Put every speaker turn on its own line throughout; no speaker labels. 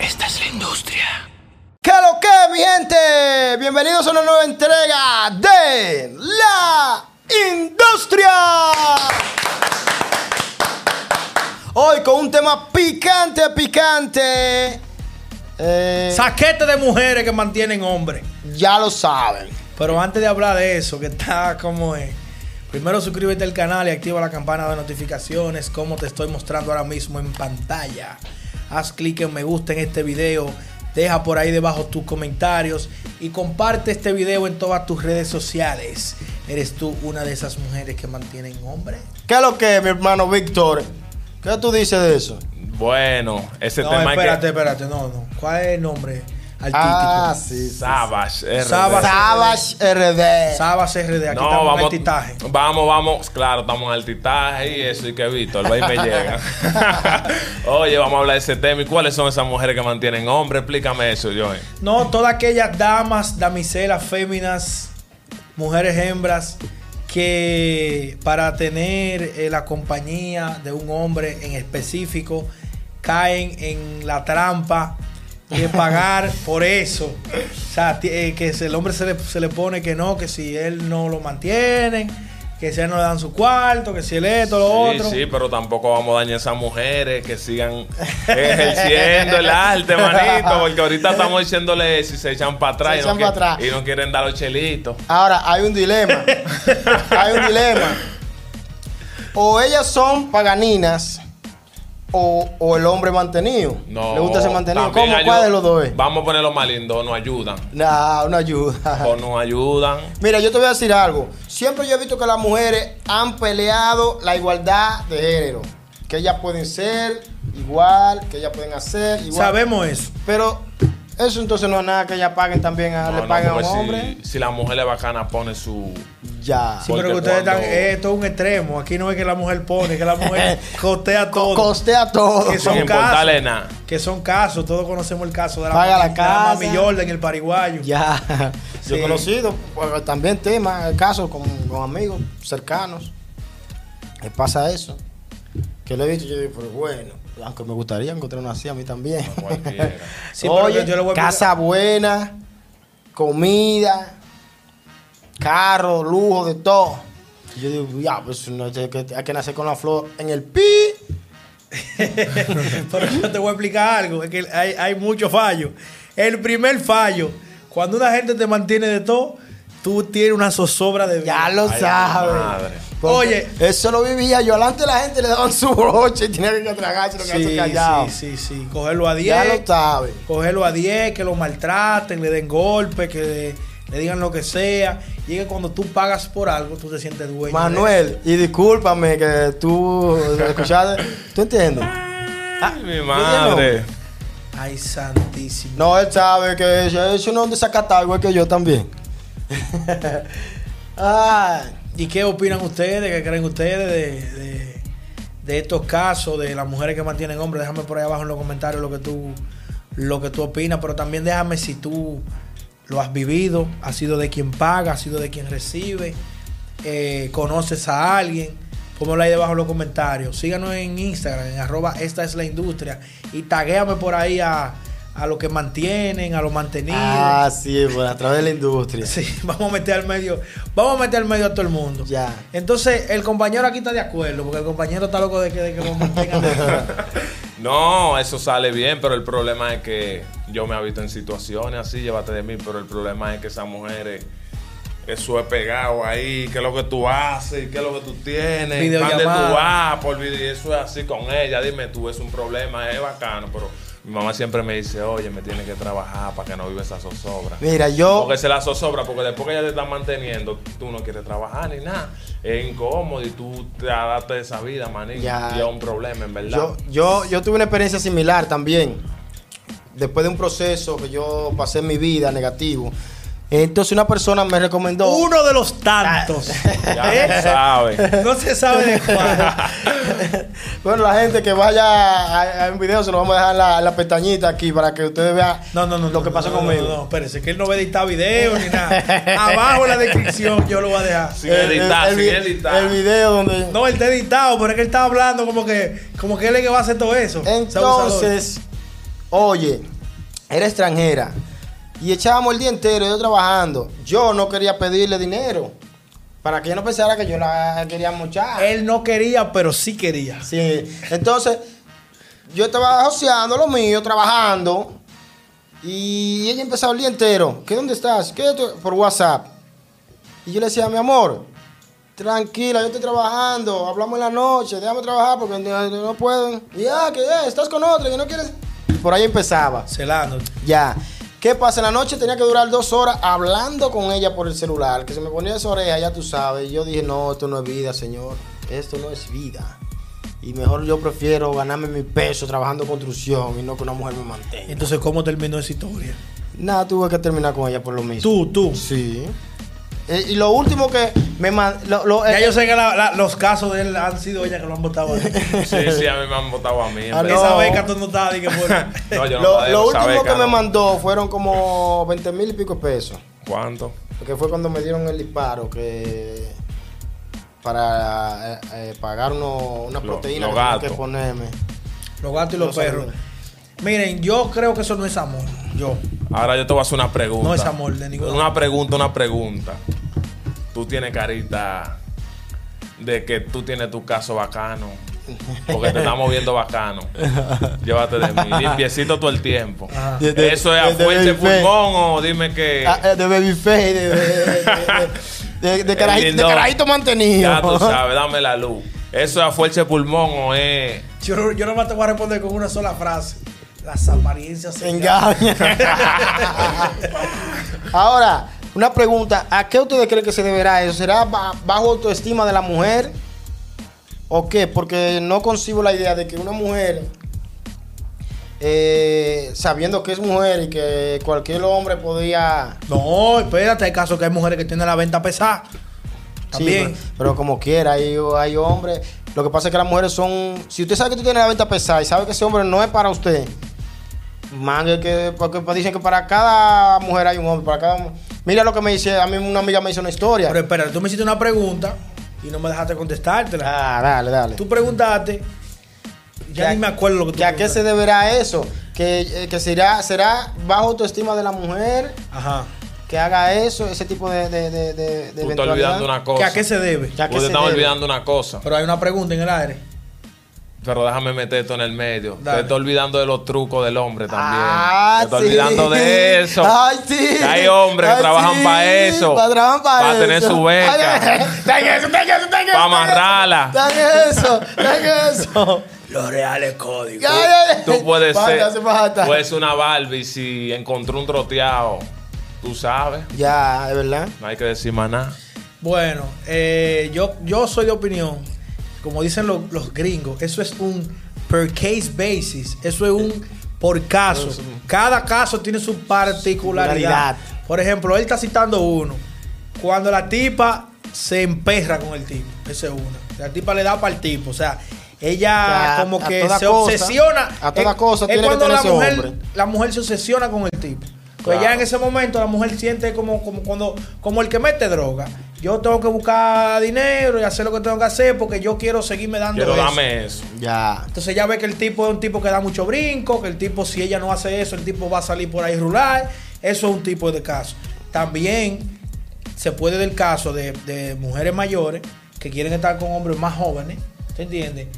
Esta es la industria.
¿Qué lo que, mi gente? Bienvenidos a una nueva entrega de La Industria. Hoy con un tema picante, picante. Eh,
Saquete de mujeres que mantienen hombres.
ya lo saben.
Pero antes de hablar de eso, que está como es. Primero suscríbete al canal y activa la campana de notificaciones, como te estoy mostrando ahora mismo en pantalla. Haz clic en me gusta en este video, deja por ahí debajo tus comentarios y comparte este video en todas tus redes sociales. ¿Eres tú una de esas mujeres que mantienen hombres?
¿Qué lo que, mi hermano Víctor? ¿Qué tú dices de eso?
Bueno, ese
No,
Este tema
espérate,
es
espérate, no, no. ¿Cuál es el nombre artístico?
Ah, sí.
que. Savage. RD.
Savage.
Ah, Savage RD.
Sabas RD, aquí
No,
estamos en
vamos,
altitaje.
vamos, vamos, claro, estamos en altitaje y eso, y que Víctor, va y me llega. Oye, vamos a hablar de ese tema. ¿Y cuáles son esas mujeres que mantienen hombre? Explícame eso, Johnny.
No, todas aquellas damas, damiselas, féminas, mujeres hembras que para tener eh, la compañía de un hombre en específico caen en la trampa de pagar por eso. O sea, ti- eh, que si el hombre se le, se le pone que no, que si él no lo mantiene, que si a él no le dan su cuarto, que si él esto, lo
Sí,
otro.
sí, pero tampoco vamos a dañar a esas mujeres que sigan ejerciendo el arte, manito, porque ahorita estamos diciéndole si se echan para atrás,
Se
y,
echan
no
pa'
qui-
atrás.
y no quieren dar los chelitos.
Ahora, hay un dilema. hay un dilema. O ellas son paganinas o, o el hombre mantenido.
No.
Le gusta ese mantenido.
también
¿Cómo?
ayuda-
¿Cuál de los dos es?
Vamos a ponerlo más lindo, nos ayudan.
Nah, no ayuda.
O nos ayudan.
Mira, yo te voy a decir algo. Siempre yo he visto que las mujeres han peleado la igualdad de género. Que ellas pueden ser igual, que ellas pueden hacer igual.
Sabemos eso.
Pero eso entonces no es nada que ellas paguen también, a,
No,
Ah, le
no,
paguen a un
porque si-
hombre.
Si, la mujer es bacana, pone su.
Ya.
Sí, pero
Porque
que ustedes están.
cuando-
eh, Esto es un extremo. Aquí no es que la mujer pone, que la mujer cotea todo.
Costea todo.
Que son
Sin importarle nada.
que son casos, todos conocemos el caso de la,
Paga la
mami-
casa.
mami Jordan, el pariguayo.
Ya. Yo he
Sí.
conocido pues, también temas, casos con, con amigos cercanos. Me pasa eso. Que lo he visto, yo digo, pero bueno, aunque me gustaría encontrar una así a mí también.
Cualquiera.
Ah, Sí, pero
Oye,
yo- yo le voy a explicar-
casa buena, comida, carro, lujo, de todo. Y Yo digo, ya, pues no, hay que- hay que nacer con la flor en el pi.
Pero yo te voy a explicar algo, es que hay, hay muchos fallos. El primer fallo, cuando una gente te mantiene de todo, tú tienes una zozobra de vida.
Ya lo
Ay,
sabes.
madre.
Porque
Oye.
eso lo vivía yo. Adelante la gente le daban su broche y tenía que tragarse lo que hace
sí,
callado.
sí, sí, sí. Cogerlo a 10.
Ya lo saben.
cogerlo a 10, que lo maltraten, le den golpes, que le, le digan lo que sea. Y es que cuando tú pagas por algo, tú te sientes dueño. de
Manuel, y discúlpame que tú escuchaste. ¿Tú entiendes? Ah,
Ay, mi madre.
eso. Ay, santísimo.
No, él sabe que eso eso no es un desacatado igual que yo también. Ay,
¿Y qué opinan ustedes? ¿Qué creen ustedes de, de- de estos casos de las mujeres que mantienen hombres? Déjame por ahí abajo en los comentarios lo que tú lo que tú opinas, pero también déjame si tú lo has vivido, has sido de quien paga, has sido de quien recibe, eh, conoces a alguien, pónmelo ahí debajo en los comentarios. Síganos en Instagram, en arroba esta es la industria y taguéame por ahí a, a lo que mantienen, a los mantenidos.
ah, sí, bueno, a través de la industria.
Sí, vamos a meter al medio, vamos a meter al medio a todo el mundo.
Ya.
Entonces, el compañero aquí está de acuerdo, porque el compañero está loco de que, de que lo mantengan.
No, eso sale bien, pero el problema es que yo me he visto en situaciones así, llévate de mí, pero el problema es que esas mujeres, eso es pegado ahí, qué es lo que tú haces, qué es lo que tú tienes, dónde tú
Videollamada.
vas, por video, y eso es así con ella, dime tú, es un problema, es bacano, pero mi mamá siempre me dice, oye, me tienes que trabajar para que no viva esa zozobra.
Mira, yo.
Porque se la zozobra, porque después que ella te está manteniendo, tú no quieres trabajar ni nada. Es incómodo y tú te adaptas a esa vida, manín.
Ya.
Y es un problema, en verdad.
Yo, yo, yo tuve una experiencia similar también. Después de un proceso que yo pasé en mi vida negativo. Entonces una persona me recomendó.
Uno de los tantos.
Ah.
Ya
¿Eh?
tú sabes.
No se sabe de cuál.
Bueno, la gente que vaya a, a un video se lo vamos a dejar en la, en la pestañita aquí para que ustedes vean
No, no, no.
lo que
no,
pasó
no,
conmigo.
No, no, espérese, que él no va a editar video ni nada. Abajo en la descripción yo lo voy a dejar.
Sin editar,
el,
sin
vi-
editar.
el video donde.
No, él está editado, pero es que él está hablando como que, como que él es que va a hacer todo eso. Ese abusador.
Entonces, oye, era extranjera y echábamos el día entero yo trabajando. Yo no quería pedirle dinero para que ella no pensara que yo la quería mochar.
Él no quería, pero sí quería.
Sí. Entonces, yo estaba joseando lo mío, trabajando. Y ella empezaba el día entero. ¿Qué dónde estás? ¿Qué tú? Por WhatsApp. Y yo le decía, mi amor, tranquila, yo estoy trabajando. Hablamos en la noche, déjame trabajar porque no, no puedo. Y ya, que ya, estás con otra, que no quieres. Y por ahí empezaba.
Celando.
Ya. ¿Qué pasa? En la noche tenía que durar dos horas hablando con ella por el celular, que se me ponía esa oreja, ya tú sabes. Y yo dije, no, esto no es vida, señor. Esto no es vida. Y mejor yo prefiero ganarme mi peso trabajando construcción y no que una mujer me mantenga.
Entonces, ¿cómo terminó esa historia?
Nada, tuve que terminar con ella por lo mismo.
Tú, tú.
Sí. Eh, y lo último que me man- lo- lo-
Ya
eh,
yo sé que la- la- los casos de él han sido ella que lo han votado. a él.
Sí, sí, a mí me han votado a mí. en
Ah,
vez-
Esa
No.
beca tú no estabas de que fuera.
No, yo no
lo,
padezco
lo
esa
último
beca,
que me
no.
mandó fueron como 20 mil y pico pesos.
¿Cuánto?
Porque fue cuando me dieron el disparo que para eh, eh, pagar uno, una
Lo-
proteína
lo
que tenía que
gato.
ponerme.
Los gatos y los
Los
perros.
animales.
Miren, yo creo que eso no es amor. Yo.
Ahora yo te voy a hacer una pregunta.
No es amor de ninguna
Una pregunta, una pregunta. Tú tienes carita de que tú tienes tu caso bacano. Porque te estamos viendo bacano. Llévate de mí. Limpiecito todo el tiempo.
Ajá.
De- de-
¿Eso es a
de- de
fuerte
Babyface.
pulmón o dime que.
Ah, eh, de babyface, de, de, de- de- de- de carajito, de
lindo.
carajito mantenido.
Ya tú sabes, dame la luz. ¿Eso es a fuerza de pulmón o es.?
Yo, yo nomás te voy a responder con una sola frase. Las apariencias
Se
se
engaña. Ahora, una pregunta, ¿a qué ustedes creen que se deberá eso? ¿Será ba- bajo autoestima de la mujer? ¿O qué? Porque no concibo la idea de que una mujer, eh, sabiendo que es mujer y que cualquier hombre podía...
No, espérate, hay casos que hay mujeres que tienen la venta pesada.
Sí, pues.
También.
pero, pero como quiera, hay, hay hombres. Lo que pasa es que las mujeres son. Si usted sabe que tú tienes la venta pesada y sabe que ese hombre no es para usted, man, es que porque pues dicen que para cada mujer hay un hombre, para cada Mira lo que me dice, a mí una amiga me hizo una historia.
Pero espérate, tú me hiciste una pregunta y no me dejaste contestártela.
Ah, dale, dale.
Tú preguntaste, ya
¿Que a-
ni me acuerdo lo que tú
¿Que a qué se
preguntaste.
deberá eso? Que, eh, que será, será bajo autoestima de la mujer
Ajá.
que haga eso, ese tipo de, de, de, de- de
Tú estás
eventualidad?
olvidando una cosa.
¿Que a qué se debe?
Ya. ¿a qué
Tú te
se
estás
debe?
olvidando una cosa.
Pero hay una pregunta en el aire.
Pero déjame meter esto en el medio.
Dale.
Te estoy olvidando de los trucos del hombre también.
Ah,
Te estoy
sí.
olvidando de eso.
Ay, sí.
Que Hay hombres
Ay,
que trabajan
sí.
para eso.
Pa- trabajan para
Para tener
eso.
su beca. Ah.
Ten eso, ten eso, ten eso.
Para amarrarla.
Ten eso, ten eso.
Los reales códigos.
Ya, ya, ya.
Tú puedes ser. pues.
Falta, hace falta.
Puedes ser una Barbie si encontró un troteado. Tú sabes.
Ya, es verdad.
No hay que decir más nada.
Bueno, eh, yo, yo soy de opinión, como dicen lo- los gringos, eso es un per case basis, eso es un por caso. Cada caso tiene su
Singularidad.
particularidad. Por ejemplo, él está citando uno. Cuando la tipa se emperra con el tipo, ese es uno. La tipa le da para el tipo, o sea, ella
Ya,
como
a
que
toda
se
cosa,
obsesiona.
a toda
Es-
cosa
es
tiene que
cuando
tener
la
ese
mujer,
hombre.
la mujer se obsesiona con el tipo. Pues
Claro.
ya en ese momento la mujer siente como, como cuando como el que mete droga. Yo tengo que buscar dinero y hacer lo que tengo que hacer porque yo quiero seguirme dando
Quiero
eso.
dame eso.
Ya.
Entonces ya ve que el tipo es un tipo que da mucho brinco, que el tipo si ella no hace eso, el tipo va a salir por ahí rural. Eso es un tipo de caso. También se puede del caso de, de mujeres mayores que quieren estar con hombres más jóvenes, ¿te entiendes?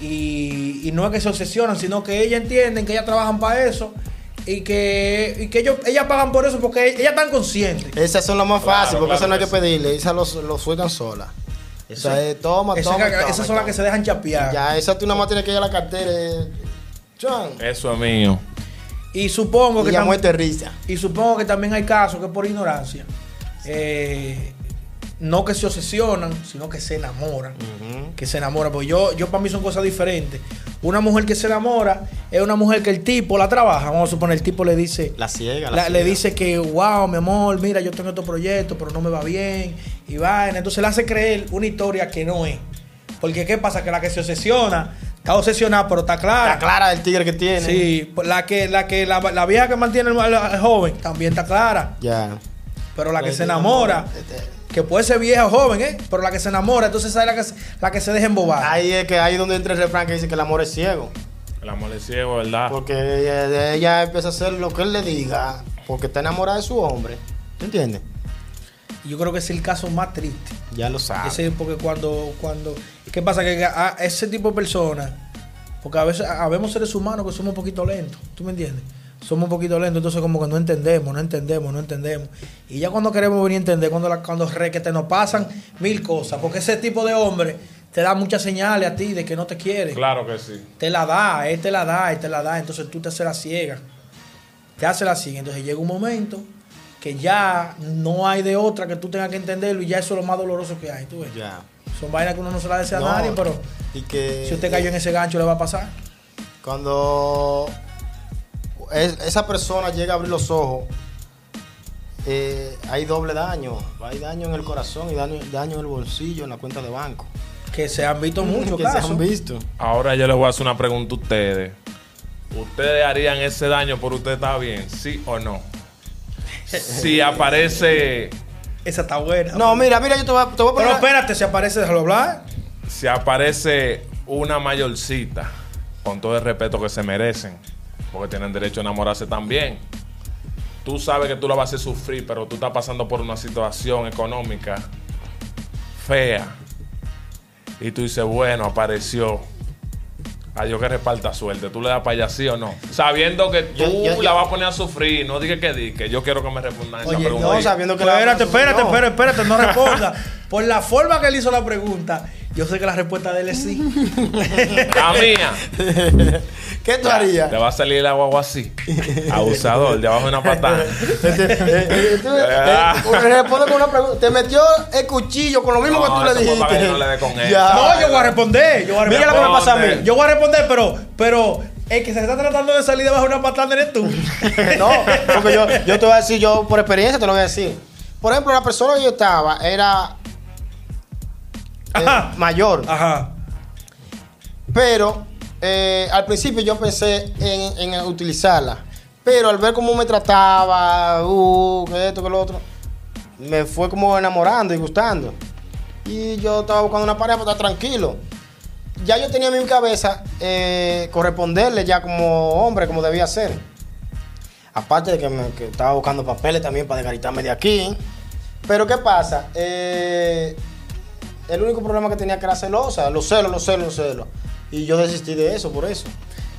Y, y no es que se obsesionan, sino que ellas entienden que ellas trabajan para eso y que, y que ellos, ellas pagan por eso porque ellas están conscientes.
Esas son las más
Claro,
fáciles porque
claro
esas no hay
que
que pedirle. Esas los- lo sueltan solas. Esas
Sí.
es eh, toma,
Esas
toma.
que-
toma,
esas son las
toma.
que se dejan chapear.
Ya, esas tú nada más tienes que ir a la cartera. eh, Chuan.
Eso es mío.
Y supongo
Y
que
ya
tam-
muerte risa.
Y supongo que también hay casos que por ignorancia, eh, no que se obsesionan, sino que se enamoran. Que se enamoran. Porque yo, yo para mí son cosas diferentes. Una mujer que se enamora es una mujer que el tipo la trabaja. Vamos a suponer, el tipo le dice,
La ciega.
la- le
ciega.
dice que, wow, mi amor, mira, yo tengo estos proyectos, pero no me va bien. Y vaina. Entonces le hace creer una historia que no es. Porque ¿qué pasa? Que la que se obsesiona, está obsesionada, pero está clara.
La clara del tigre que tiene.
Sí, pues, la que, la que, la, la vieja que mantiene el, al joven también está clara.
Ya.
Pero la que se enamora,
este.
que puede ser vieja o joven, ¿eh? Pero la que se enamora, entonces esa es la que, se- la que se deja embobar.
Ahí es que ahí es donde entra el refrán que dice que el amor es ciego.
La molestia,
Ah.
¿verdad?
Porque ella, ella empieza a hacer lo que él le diga, porque está enamorada de su hombre. ¿Te entiendes?
Y Yo creo que es el caso más triste.
Ya lo sabe.
Ese, porque cuando, cuando. ¿Qué pasa? Que a ese tipo de personas. Porque a veces habemos seres humanos que somos un poquito lentos. ¿Tú me entiendes? Somos un poquito lentos. Entonces, como que no entendemos, no entendemos, no entendemos. Y ya cuando queremos venir a entender, cuando, la, cuando re que te nos pasan mil cosas. Porque ese tipo de hombre te da muchas señales a ti de que no te quiere.
Claro que sí.
Te la da, él te la da, él te la da. Entonces tú te haces la ciega. Te haces la ciega. Entonces llega un momento que ya no hay de otra que tú tengas que entenderlo y ya eso es lo más doloroso que hay. ¿tú ves?
Ya.
Son vainas que uno no se las desea
No,
a nadie, pero
Y que.
si usted cayó en ese gancho, le va a pasar.
Cuando es- esa persona llega a abrir los ojos, eh, hay doble daño. Hay daño en el corazón y daño, daño en el bolsillo, en la cuenta de banco.
Que se han visto muchos
Mm, que
casos.
se han visto.
Ahora yo les voy a hacer una pregunta a ustedes. ¿Ustedes harían ese daño por usted está bien? ¿Sí o no? Si aparece.
Esa está buena.
No, mira, mira, yo te voy a, te voy a
pero
poner.
espérate, si aparece, déjalo hablar.
Si aparece una mayorcita, con todo el respeto que se merecen, porque tienen derecho a enamorarse también. Tú sabes que tú la vas a hacer sufrir, pero tú estás pasando por una situación económica fea. Y tú dices, bueno, apareció. A Dios que reparta suerte. ¿Tú le das para allá sí o no? Sabiendo que tú
Yo- yo- yo-
la vas a poner a sufrir. No digas que di, que yo quiero que me respondan esa
Oye,
pregunta.
no, sabiendo- que la-
Pues espérate, espérate,
no.
espérate, espérate, no responda. Por la forma que él hizo la pregunta, yo sé que la respuesta de él es sí.
La mía.
¿Qué tú harías?
Te va a salir la guagua así. Abusador, debajo de una patada.
Este, eh, eh, tú- eh, Responde con una pregunta. Te metió el cuchillo con lo mismo
No,
que tú
eso
le
fue para
dijiste.
que yo no le dé con él.
Ya.
No, yo voy a responder. Yo voy a
Mira
responder.
lo que me pasa a
Responde.
mí.
Yo voy a responder, pero, pero el que se está tratando de salir debajo de una patada eres tú.
No, porque yo, yo te voy a decir, yo por experiencia te lo voy a decir. Por ejemplo, la persona que yo estaba era eh,
Ajá.
mayor,
Ajá.
pero eh, al principio yo pensé en, en utilizarla. Pero al ver cómo me trataba, uh, que esto, que lo otro, me fue como enamorando y gustando. Y yo estaba buscando una pareja para estar tranquilo. Ya yo tenía en mi cabeza eh, corresponderle ya como hombre, como debía ser. Aparte de que, me, que estaba buscando papeles también para desgaritarme de aquí. Pero ¿qué pasa? Eh, el único problema que tenía que era celosa, los celos, los celos, los celos. Y yo desistí de eso, por eso.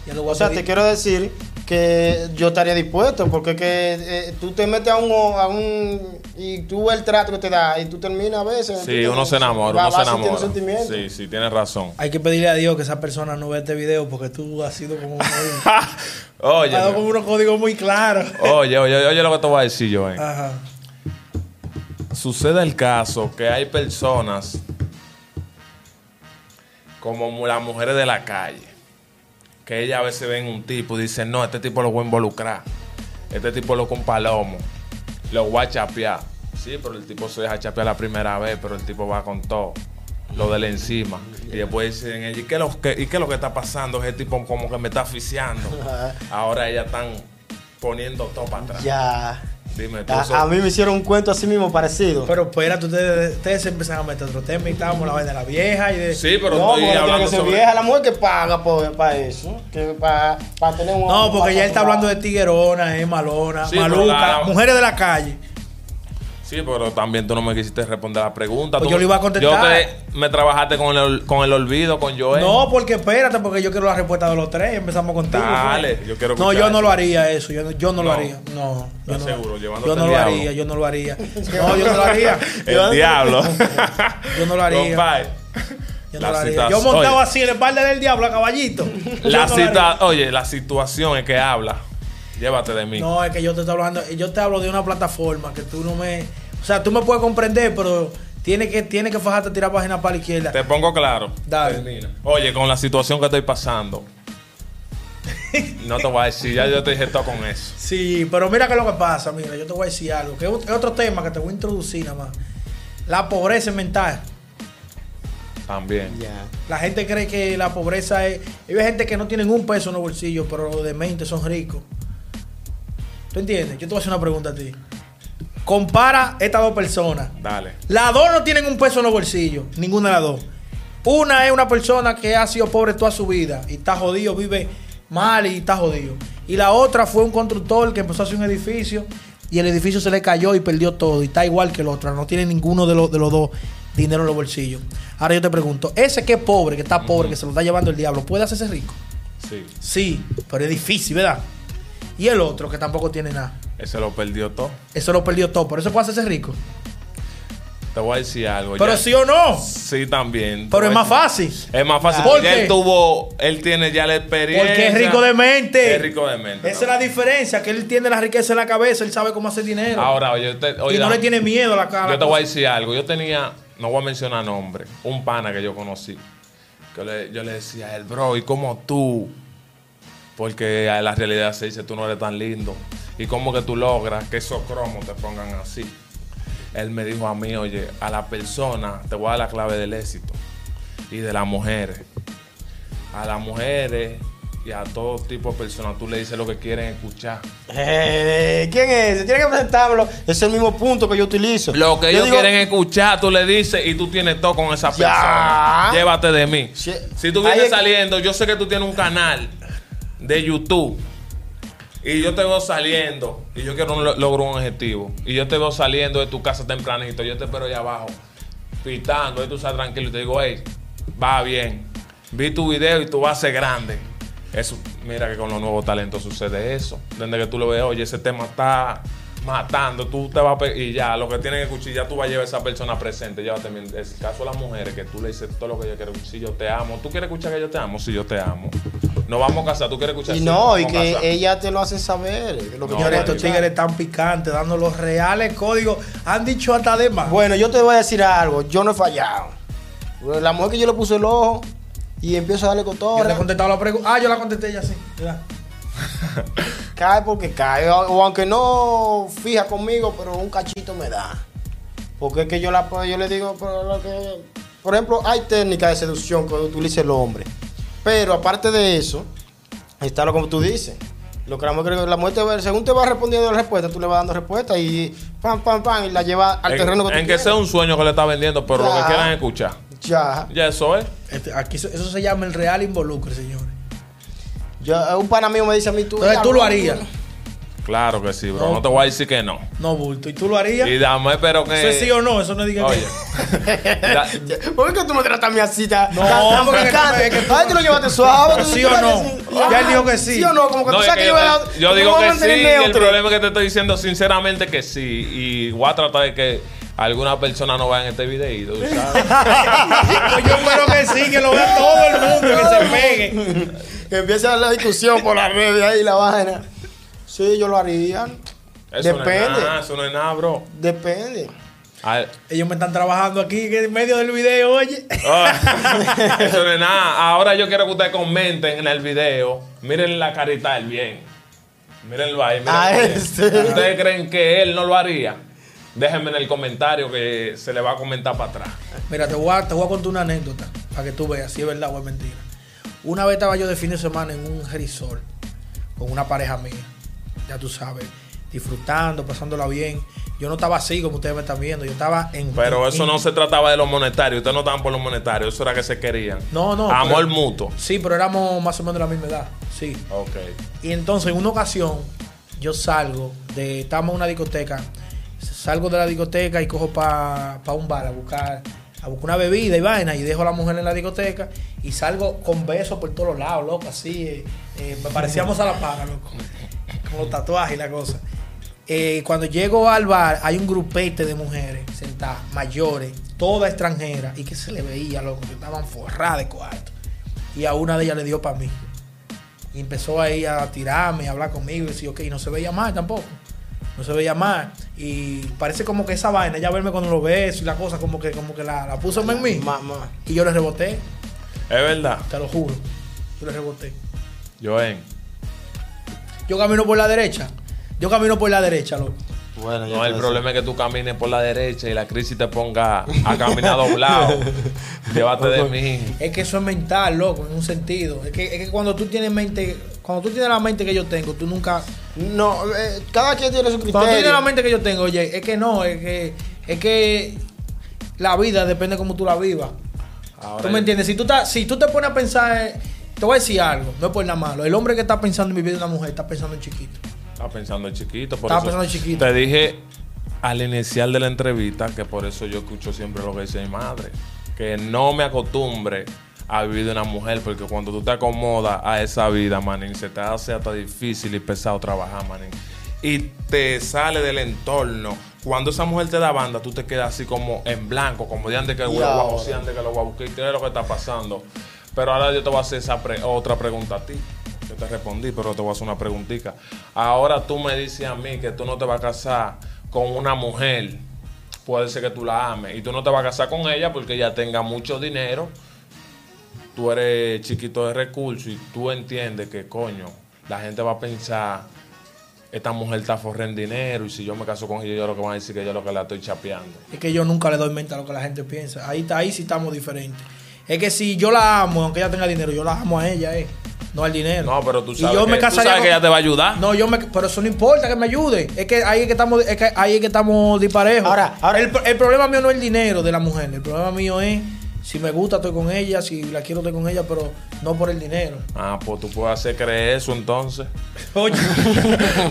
Ya lo voy a
O sea,
pedir.
te quiero decir que yo estaría dispuesto, porque que, eh, tú te metes a un, a un... Y tú el trato que te da, y tú terminas a veces. tú
Sí,
te-
uno se enamora,
va-
uno se
vas sintiendo
enamora.
sentimientos.
Sí, sí, tienes razón.
Hay que pedirle a Dios que esa persona no vea este video porque tú has sido como muy- has
Oye,
dado como unos códigos muy claros.
oye, oye, oye lo que te voy a decir, Joven.
Ajá.
Sucede el caso que hay personas como mu- las mujeres de la calle, que ellas a veces ven un tipo y dicen, no, este tipo lo voy a involucrar, este tipo lo con palomo, lo voy a chapear. Sí, pero el tipo se deja chapear la primera vez, pero el tipo va con todo, lo de la encima. Y después dicen, "Ey, ¿y qué, lo que, ¿y qué es lo que está pasando? Ese tipo como que me está asfixiando. Ahora ellas están poniendo todo para atrás.
Ya.
Dime tú. eso-
A, a mí me hicieron un cuento así mismo parecido.
Pero espérate, ustedes, ustedes se empezaron a meter otro tema y estábamos en la vaina de la vieja y de.
Sí, pero estoy
no, porque tiene
hablando
que ser
sobre-
vieja la mujer que paga por- para eso. Que para, para tener un
No, porque ya él está hablando de
ti.
tiguerona, eh, malona,
Sí, pero
maluca,
la-
mujeres de la calle.
Sí, pero también tú no me quisiste responder la pregunta.
Pues
Tú
yo
me-
le iba a contestar.
Yo te- me trabajaste con el, con el olvido, con Joel.
No, porque espérate, porque yo quiero la respuesta de los tres. Empezamos contigo.
Dale,
fue.
yo quiero
No,
escuchar
yo no
eso.
lo haría eso. Yo no, yo no lo
No.
haría. No, yo
¿Estás
no,
seguro? Llevándote
yo no
el
lo
diablo.
haría. Yo no lo haría. No, yo no lo haría.
El diablo.
Yo no lo haría.
Compadre,
Yo
la
no lo haría.
cita-
Yo montaba
oye,
así en la espalda del diablo a caballito. Yo
La
no lo haría.
cita, oye, la situación es que habla. Llévate de mí.
No, es que yo te estoy hablando, yo te hablo de una plataforma que tú no me, o sea, tú me puedes comprender, pero tiene que tiene que fajarte a tirar página para la izquierda.
Te pongo claro.
Dale.
Termina. Oye, con la situación que estoy pasando. No te voy a decir, ya yo te dije todo con eso.
Sí, pero mira qué es lo que pasa, mira, yo te voy a decir algo, que es ot- es otro tema que te voy a introducir nada más. La pobreza mental.
También.
Ya.
La gente cree que la pobreza es. Hay gente que no tienen un peso en los bolsillos, pero los dementes son ricos. ¿Tú entiendes? Yo te voy a hacer una pregunta a ti. Compara estas dos personas.
Dale.
Las dos no tienen un peso en los bolsillos. Ninguna de las dos. Una es una persona que ha sido pobre toda su vida y está jodido, vive mal y está jodido. Y la otra fue un constructor que empezó a hacer un edificio y el edificio se le cayó y perdió todo. Y está igual que el otro. No tiene ninguno de los, de los dos dinero en los bolsillos. Ahora yo te pregunto, ese que es pobre, que está pobre, que se lo está llevando el diablo, ¿puede hacerse rico?
Sí.
Sí, pero es difícil, ¿verdad? Y el otro que tampoco tiene nada.
Ese lo perdió todo.
Eso lo perdió todo, por eso puede hacerse rico.
Te voy a decir algo.
Pero
Pues ya. Pues
sí o no.
Sí, también.
Pero es más
fácil.
fácil.
Es más fácil
¿Por
porque
qué?
él tuvo, él tiene ya la experiencia.
Porque es rico de mente.
Es rico de mente.
Esa
¿no?
es la diferencia, que él tiene la riqueza en la cabeza, él sabe cómo hacer dinero.
Ahora, oye, te- Ah, oye,
y no le tiene miedo a la cara.
Yo te voy a decir algo. Yo tenía, no voy a mencionar nombre, un pana que yo conocí. Que le- yo le decía a él, bro, ¿y cómo tú? Porque a la realidad se dice, tú no eres tan lindo. ¿Y cómo que tú logras que esos cromos te pongan así? Él me dijo a mí, oye, a la persona te voy a dar la clave del éxito y de las mujeres. A las mujeres y a todo tipo de personas, tú le dices lo que quieren escuchar.
Eh, ¿Quién es? Tiene que presentarlo. Es el mismo punto que yo utilizo.
Lo que
Yo
ellos
digo,
quieren escuchar, tú le dices y tú tienes todo con esa
Ya.
persona. Llévate de mí.
Sí.
Si tú
Ahí es
vienes
que-
saliendo, yo sé que tú tienes un canal de YouTube. Y yo te veo saliendo y yo quiero un, lo- logro un objetivo. Y yo te veo saliendo de tu casa tempranito. Yo te espero allá abajo, pitando. Y tú estás tranquilo y te digo, hey, va bien. Vi tu video y tú vas a ser grande. Eso, mira que con los nuevos talentos sucede eso. Desde que tú lo ves, oye, ese tema está matando. Tú te vas a pe- y ya, lo que tienen que escuchar, ya tú vas a llevar a esa persona presente. Llévate, mira, es el caso de las mujeres que tú le dices todo lo que yo quiero. Si yo te amo, ¿tú quieres escuchar que yo te amo? Si yo te amo. No vamos a casar, tú quieres escuchar
Y
Sí,
no,
nos
y
vamos a
que
casar.
ella te lo hace saber. eh, Lo que
No,
quiere
Señores,
marico.
estos tigres están picantes, dando los reales códigos. Han dicho hasta de más.
Bueno, yo te voy a decir algo. Yo no he fallado. La mujer que yo le puse el ojo y empiezo a darle
yo te he
cotorra,
contestado la pregunta. Ah, yo la contesté ya sí. Ya.
cae porque cae. O, o aunque no fija conmigo, pero un cachito me da. Porque es que yo, la, yo le digo, pero lo que- por ejemplo, hay técnicas de seducción que utiliza el hombre. Pero aparte de eso, está lo como tú dices. Lo que la mujer, la mujer te va- según te va respondiendo la respuesta, tú le vas dando respuesta y pam, pam, pam, y la lleva al
En-
terreno que tú
En que sea un sueño que le está vendiendo, pero lo
Ya.
que quieran escuchar.
Ya.
Ya eso es.
Este, aquí eso, eso se llama el real involucre, señores.
Yo- un pana mío me dice a mí, tú.
Entonces
diablo,
tú lo harías.
Claro que sí, bro. No te voy a decir que no.
No, bulto. ¿Y tú lo harías?
Y dame, pero que.
Eso es sí o no, eso no diga que-
Oye. Da-
¿Por qué tú me tratas a mí así? tan-
No,
tan- tan
porque
picante?
es que tú-
Ay, tú lo llevaste suave. tú-
¿Sí
tú
o no?
sabes que
Ya él
Ah,
dijo que sí.
¿Sí o no? Como que
No,
tú
es
sabes
que
que yo
yo,
iba a-
te-
tú
yo
me
digo
vas a
que sí.
mantener
y el
neutro.
problema es que te estoy diciendo sinceramente que sí. Y voy a tratar de que alguna persona no vea en este videíto, ¿sabes?
Pues yo espero que sí, que lo vea todo el mundo, que se pegue.
Que empieza la discusión por las redes ahí, la vaina. Sí, yo lo haría.
Eso no es
Depende.
nada, eso no es nada, bro.
Depende.
Al-
Ellos me están trabajando aquí que en medio del video, oye.
Ah, eso no es nada. Ahora yo quiero que ustedes comenten en el video. Miren la carita del bien. Mírenlo ahí. mírenlo
Ah,
bien.
ese.
¿Ustedes creen que él no lo haría? Déjenme en el comentario que se le va a comentar para atrás.
Mira, te voy, a, te voy a contar una anécdota para que tú veas si es verdad o es mentira. Una vez estaba yo de fin de semana en un resort con una pareja mía, ya tú sabes, disfrutando, pasándola bien. Yo no estaba así como ustedes me están viendo, yo estaba en.
Pero
en-
eso
en-
no se trataba de lo monetario. Ustedes no estaban por lo monetario. Eso era que se querían.
No, no,
Amor
pero-
mutuo.
Sí, pero éramos más o menos de la misma edad, sí.
Ok.
Y entonces, en una ocasión, yo salgo de. Estamos en una discoteca. Salgo de la discoteca y cojo para un bar a buscar, a buscar una bebida y vaina. Y dejo a la mujer en la discoteca y salgo con besos por todos lados, loco. Así. eh, eh, me parecíamos a la paga, loco. Con los tatuajes y la cosa. Eh, cuando llego al bar, hay un grupete de mujeres sentadas, mayores, todas extranjeras, y que se le veía, loco, que estaban forradas de cuarto. Y a una de ellas le dio para mí. Y empezó ahí a tirarme, a hablar conmigo. Y decía, ok, no se veía mal tampoco. No se veía mal. Y parece como que esa vaina, ya verme cuando lo beso y la cosa, como que, como que la, la puso en mí.
Mamá.
Y yo le reboté,
Es verdad.
te lo juro. Yo le reboté.
Joen.
Yo camino por la derecha. Yo camino por la derecha, loco.
Bueno,
No, el problema es que tú camines por la derecha y la crisis te ponga a caminar doblado. Llévate de mí.
Es que eso es mental, loco, en un sentido. Es que, es que cuando tú tienes mente, cuando tú tienes la mente que yo tengo, tú nunca.
No, eh, cada quien tiene su
Cuando tú tienes la
criterio.
mente que yo tengo, oye, es que no, es que, es que la vida depende cómo tú la vivas.
Ahora
¿Tú me entiendes? Si tú, estás- si tú te pones a pensar eh, Te voy a decir algo, no es por nada malo. El hombre que está pensando en vivir de una mujer está pensando en chiquito.
Estaba pensando en chiquito. Por
Estaba
eso
pensando en chiquito.
Te dije al iniciar de la entrevista que por eso yo escucho siempre lo que dice mi madre. Que no me acostumbre a vivir de una mujer, porque cuando tú te acomodas a esa vida, manín, se te hace hasta difícil y pesado trabajar, manín. Y te sale del entorno. Cuando esa mujer te da banda, tú te quedas así como en blanco, como de antes que el
Y
guapo,
ahora.
sí, antes que lo guapo, ¿qué es lo que está pasando? Pero ahora yo te voy a hacer esa pre- otra pregunta a ti. Yo te respondí, pero te voy a hacer una preguntita. Ahora tú me dices a mí que tú no te vas a casar con una mujer. Puede ser que tú la ames. Y tú no te vas a casar con ella porque ella tenga mucho dinero. Tú eres chiquito de recursos y tú entiendes que, coño, la gente va a pensar, esta mujer está forrando dinero y si yo me caso con ella, yo lo que van a decir que yo lo que la estoy chapeando.
Es que yo nunca le doy mente a lo que la gente piensa. Ahí está, ahí sí estamos diferentes. Es que si yo la amo, aunque ella tenga dinero, yo la amo a ella, eh. No al dinero.
No, pero tú
Y
sabes,
yo
que,
me
tú
casaría
sabes que
con-
ella te va a ayudar.
Ah. No, yo me. Pero eso no importa que me ayude. Es que ahí es que estamos, es que ahí es que estamos disparejos.
Ahora, ahora-
El, pro- el problema mío no es el dinero de la mujer. El problema mío es si me gusta, estoy con ella. Si la quiero, estoy con ella, pero no por el dinero.
Ah, pues tú puedes hacer creer eso entonces.
Oye.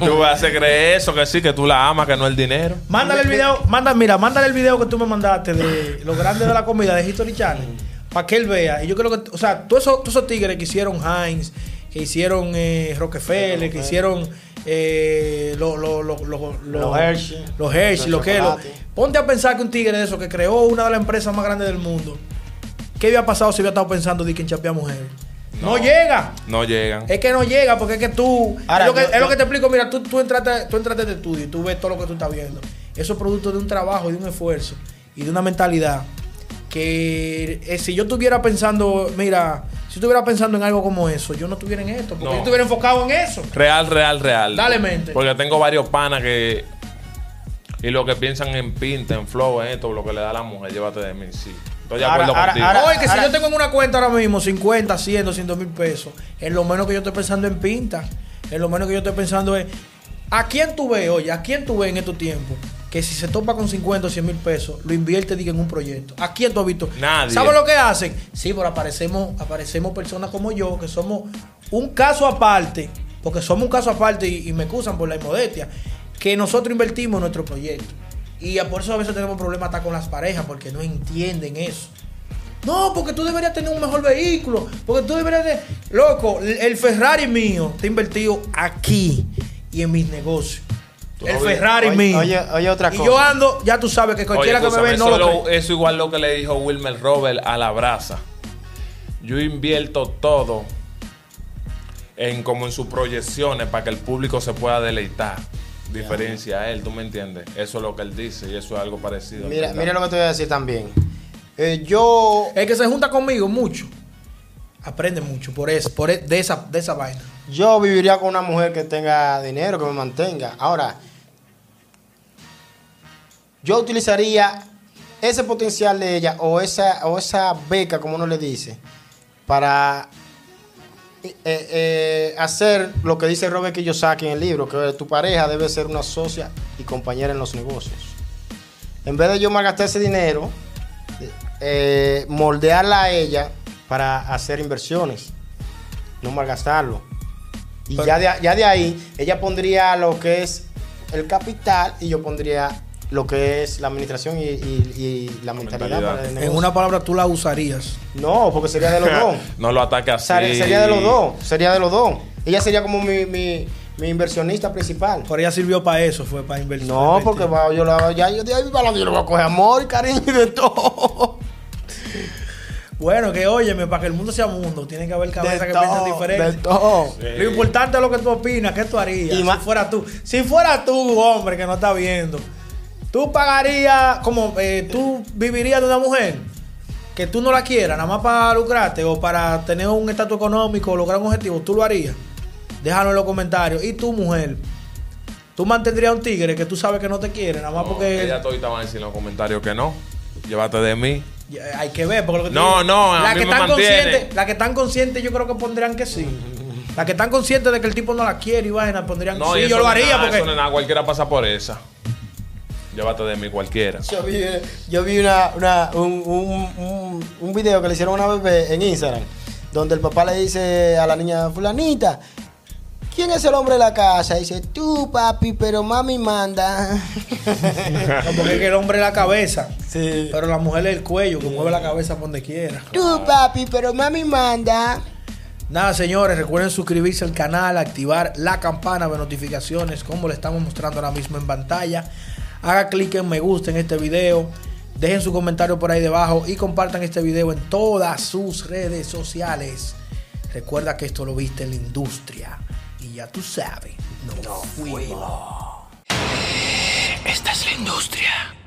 tú puedes hacer creer eso, que sí, que tú la amas, que no el dinero.
Mándale el video, manda, mira, mándale el video que tú me mandaste de lo grande de la comida de History Channel para que él vea. Y yo creo que, o sea, todos esos, todos esos tigres que hicieron Heinz, que hicieron eh, Rockefeller, que hicieron eh, lo- lo- lo- lo- lo-
Los Hershey.
los Hershey,
Los
lo que lo-
chocolates.
Ponte a pensar que un tigre de eso que creó una de las empresas más grandes del mundo, ¿qué había pasado si había estado pensando de que enchapea mujeres? no
No.
llega.
No llegan.
Eh.
Es que no llega porque es que tú.
Ahora,
es, lo que,
yo-
es lo
yo-
que te explico. Mira, tú, tú, entraste, tú entraste de estudio y tú ves todo lo que tú estás viendo. Eso es producto de un trabajo, y de un esfuerzo y de una mentalidad. Que eh, si yo estuviera pensando, mira, si estuviera pensando en algo como eso, yo no estuviera en esto. Porque
No.
yo estuviera enfocado en eso.
Real, real, real.
Dale mente.
Porque tengo varios panas que. Y lo que piensan en pinta, en flow, en esto, lo que le da a la mujer, llévate de mí, sí. Estoy de
Ahora,
acuerdo
ahora,
contigo.
ahora-
Oye, que si yo tengo en una cuenta ahora mismo 50, 100, 200 mil pesos, en lo menos que yo estoy pensando en pinta, en lo menos que yo estoy pensando es, ¿a quién tú ves, oye, a quién tú ves en estos tiempos? Que si se topa con 50 o 100 mil pesos, lo invierte diga, en un proyecto. ¿A quién tú has visto?
Nadie.
¿Sabes lo que hacen? Sí, pero aparecemos, aparecemos personas como yo, que somos un caso aparte, porque somos un caso aparte y, y me excusan por la inmodestia, que nosotros invertimos en nuestro proyecto. Y por eso a veces tenemos problemas hasta con las parejas, porque no entienden eso. No, porque tú deberías tener un mejor vehículo. Porque tú deberías de. Loco, el el Ferrari mío está invertido aquí y en mis negocios.
Tú
El
no ves-
Ferrari
Oye,
mío.
oye, oye otra
y
cosa.
yo ando, ya tú sabes que cualquiera
Oye,
que me ve no
escúchame,
lo
eso,
cree.
lo- eso igual lo que le dijo Wilmer Robert a la brasa. Yo invierto todo en como en sus proyecciones para que el público se pueda deleitar. Diferencia a él, ¿tú me entiendes? Eso es lo que él dice y eso es algo parecido.
Mira,
¿verdad?
mira lo que te voy a decir también. Eh, yo,
El que se junta conmigo mucho aprende mucho por eso, por e- de esa, de esa vaina.
yo viviría con una mujer que tenga dinero, que me mantenga. Ahora, yo utilizaría ese potencial de ella o esa, o esa beca, como uno le dice, para eh, eh, hacer lo que dice Robert Kiyosaki en el libro, que tu pareja debe ser una socia y compañera en los negocios. En vez de yo malgastar ese dinero, eh, moldearla a ella para hacer inversiones, no malgastarlo. Y
Pero-
ya, de, a- ya de ahí, ella pondría lo que es el capital y yo pondría lo que es la administración y, y- y la mentalidad.
mentalidad.
para el
En
negocio.
una palabra, tú la usarías.
No, porque sería de los dos.
no lo ataque así.
Sar- Sería de los dos, sería de los dos. Ella sería como mi, mi- mi inversionista principal.
Por ella sirvió para eso, fue para invertir.
No, porque va- yo la ya yo de ahí para adelante, yo le voy a coger amor y cariño y de todo.
Bueno, que óyeme, para que el mundo sea mundo, tiene que haber cabezas
de
que
todo,
piensen diferente.
de todo.
Sí.
Lo importante es lo que tú opinas, ¿qué tú harías?
Y
si
más-
fuera tú, si fuera tú, hombre, que no está viendo, tú pagarías, como eh, tú vivirías de una mujer que tú no la quieras, nada más para lucrarte o para tener un estatus económico o lograr un objetivo, tú lo harías. Déjalo en los comentarios. Y tú, mujer, tú mantendrías a un tigre que tú sabes que no te quiere, nada más
No,
porque
Ella todita va a decir en los comentarios que no. Llévate de mí.
Ya, hay que ver. Porque lo que te
No,
digo,
no, a
la
mí
que
me
están
mantiene.
conscientes, la que están conscientes, yo creo que pondrían que sí. La que están conscientes de que el tipo no la quiere y vaina, pondrían
No,
que
y
sí.
eso
Yo lo
no es
haría
nada,
porque.
eso no es nada, cualquiera pasa por esa. Llévate de mí cualquiera.
Yo vi, yo vi una, una- un, un- un- un video que le hicieron a una bebé en Instagram, donde el papá le dice a la niña fulanita, ¿quién es el hombre de la casa? Y dice, tú papi, pero mami manda.
No, porque es que el hombre es la cabeza,
Sí.
pero la mujer es el cuello, que mueve la cabeza por donde quiera.
Tú papi, pero mami manda.
Nada, señores, recuerden suscribirse al canal, activar la campana de notificaciones, como le estamos mostrando ahora mismo en pantalla. Haga clic en me gusta en este video. Dejen su comentario por ahí debajo y compartan este video en todas sus redes sociales. Recuerda que esto lo viste en la industria. Y ya tú sabes, no fuimos.
Esta es la industria.